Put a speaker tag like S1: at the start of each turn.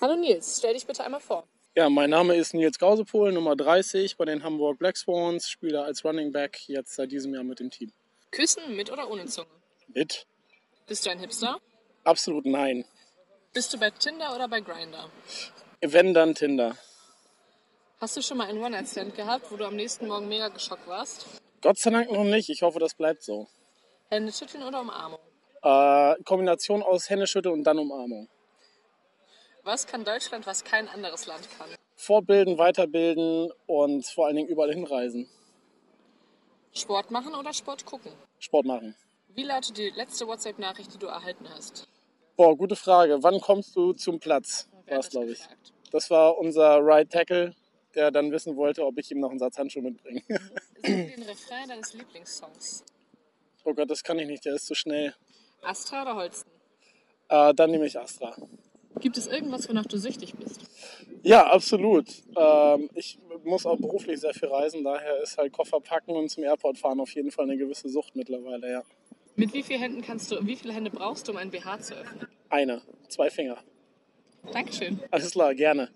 S1: Hallo Nils, stell dich bitte einmal vor.
S2: Ja, mein Name ist Nils Gausepohl, Nummer 30 bei den Hamburg Black Swans, spiele als Running Back jetzt seit diesem Jahr mit im Team.
S1: Küssen mit oder ohne Zunge?
S2: Mit?
S1: Bist du ein Hipster?
S2: Absolut nein.
S1: Bist du bei Tinder oder bei Grinder?
S2: Wenn dann Tinder.
S1: Hast du schon mal einen One-Night-Stand gehabt, wo du am nächsten Morgen mega geschockt warst?
S2: Gott sei Dank noch nicht. Ich hoffe, das bleibt so.
S1: Hände schütteln oder Umarmung?
S2: Äh, Kombination aus Händeschütteln und dann Umarmung.
S1: Was kann Deutschland, was kein anderes Land kann?
S2: Fortbilden, weiterbilden und vor allen Dingen überall hinreisen.
S1: Sport machen oder Sport gucken?
S2: Sport machen.
S1: Wie lautet die letzte WhatsApp-Nachricht, die du erhalten hast?
S2: Boah, gute Frage. Wann kommst du zum Platz?
S1: Wer
S2: War
S1: hat
S2: es,
S1: das
S2: glaube ich.
S1: gefragt?
S2: Das war unser Right Tackle, der dann wissen wollte, ob ich ihm noch einen Satz Handschuhe mitbringe.
S1: Sing den Refrain deines Lieblingssongs.
S2: oh Gott, das kann ich nicht, der ist zu schnell.
S1: Astra oder Holsten?
S2: Äh, dann nehme ich Astra.
S1: Gibt es irgendwas, wonach du süchtig bist?
S2: Ja, absolut. Ähm, ich muss auch beruflich sehr viel reisen, daher ist halt Koffer packen und zum Airport fahren auf jeden Fall eine gewisse Sucht mittlerweile, ja.
S1: Mit wie vielen Händen kannst du, wie viele Hände brauchst du, um ein BH zu öffnen?
S2: Eine, zwei Finger.
S1: Dankeschön.
S2: Alles klar, gerne.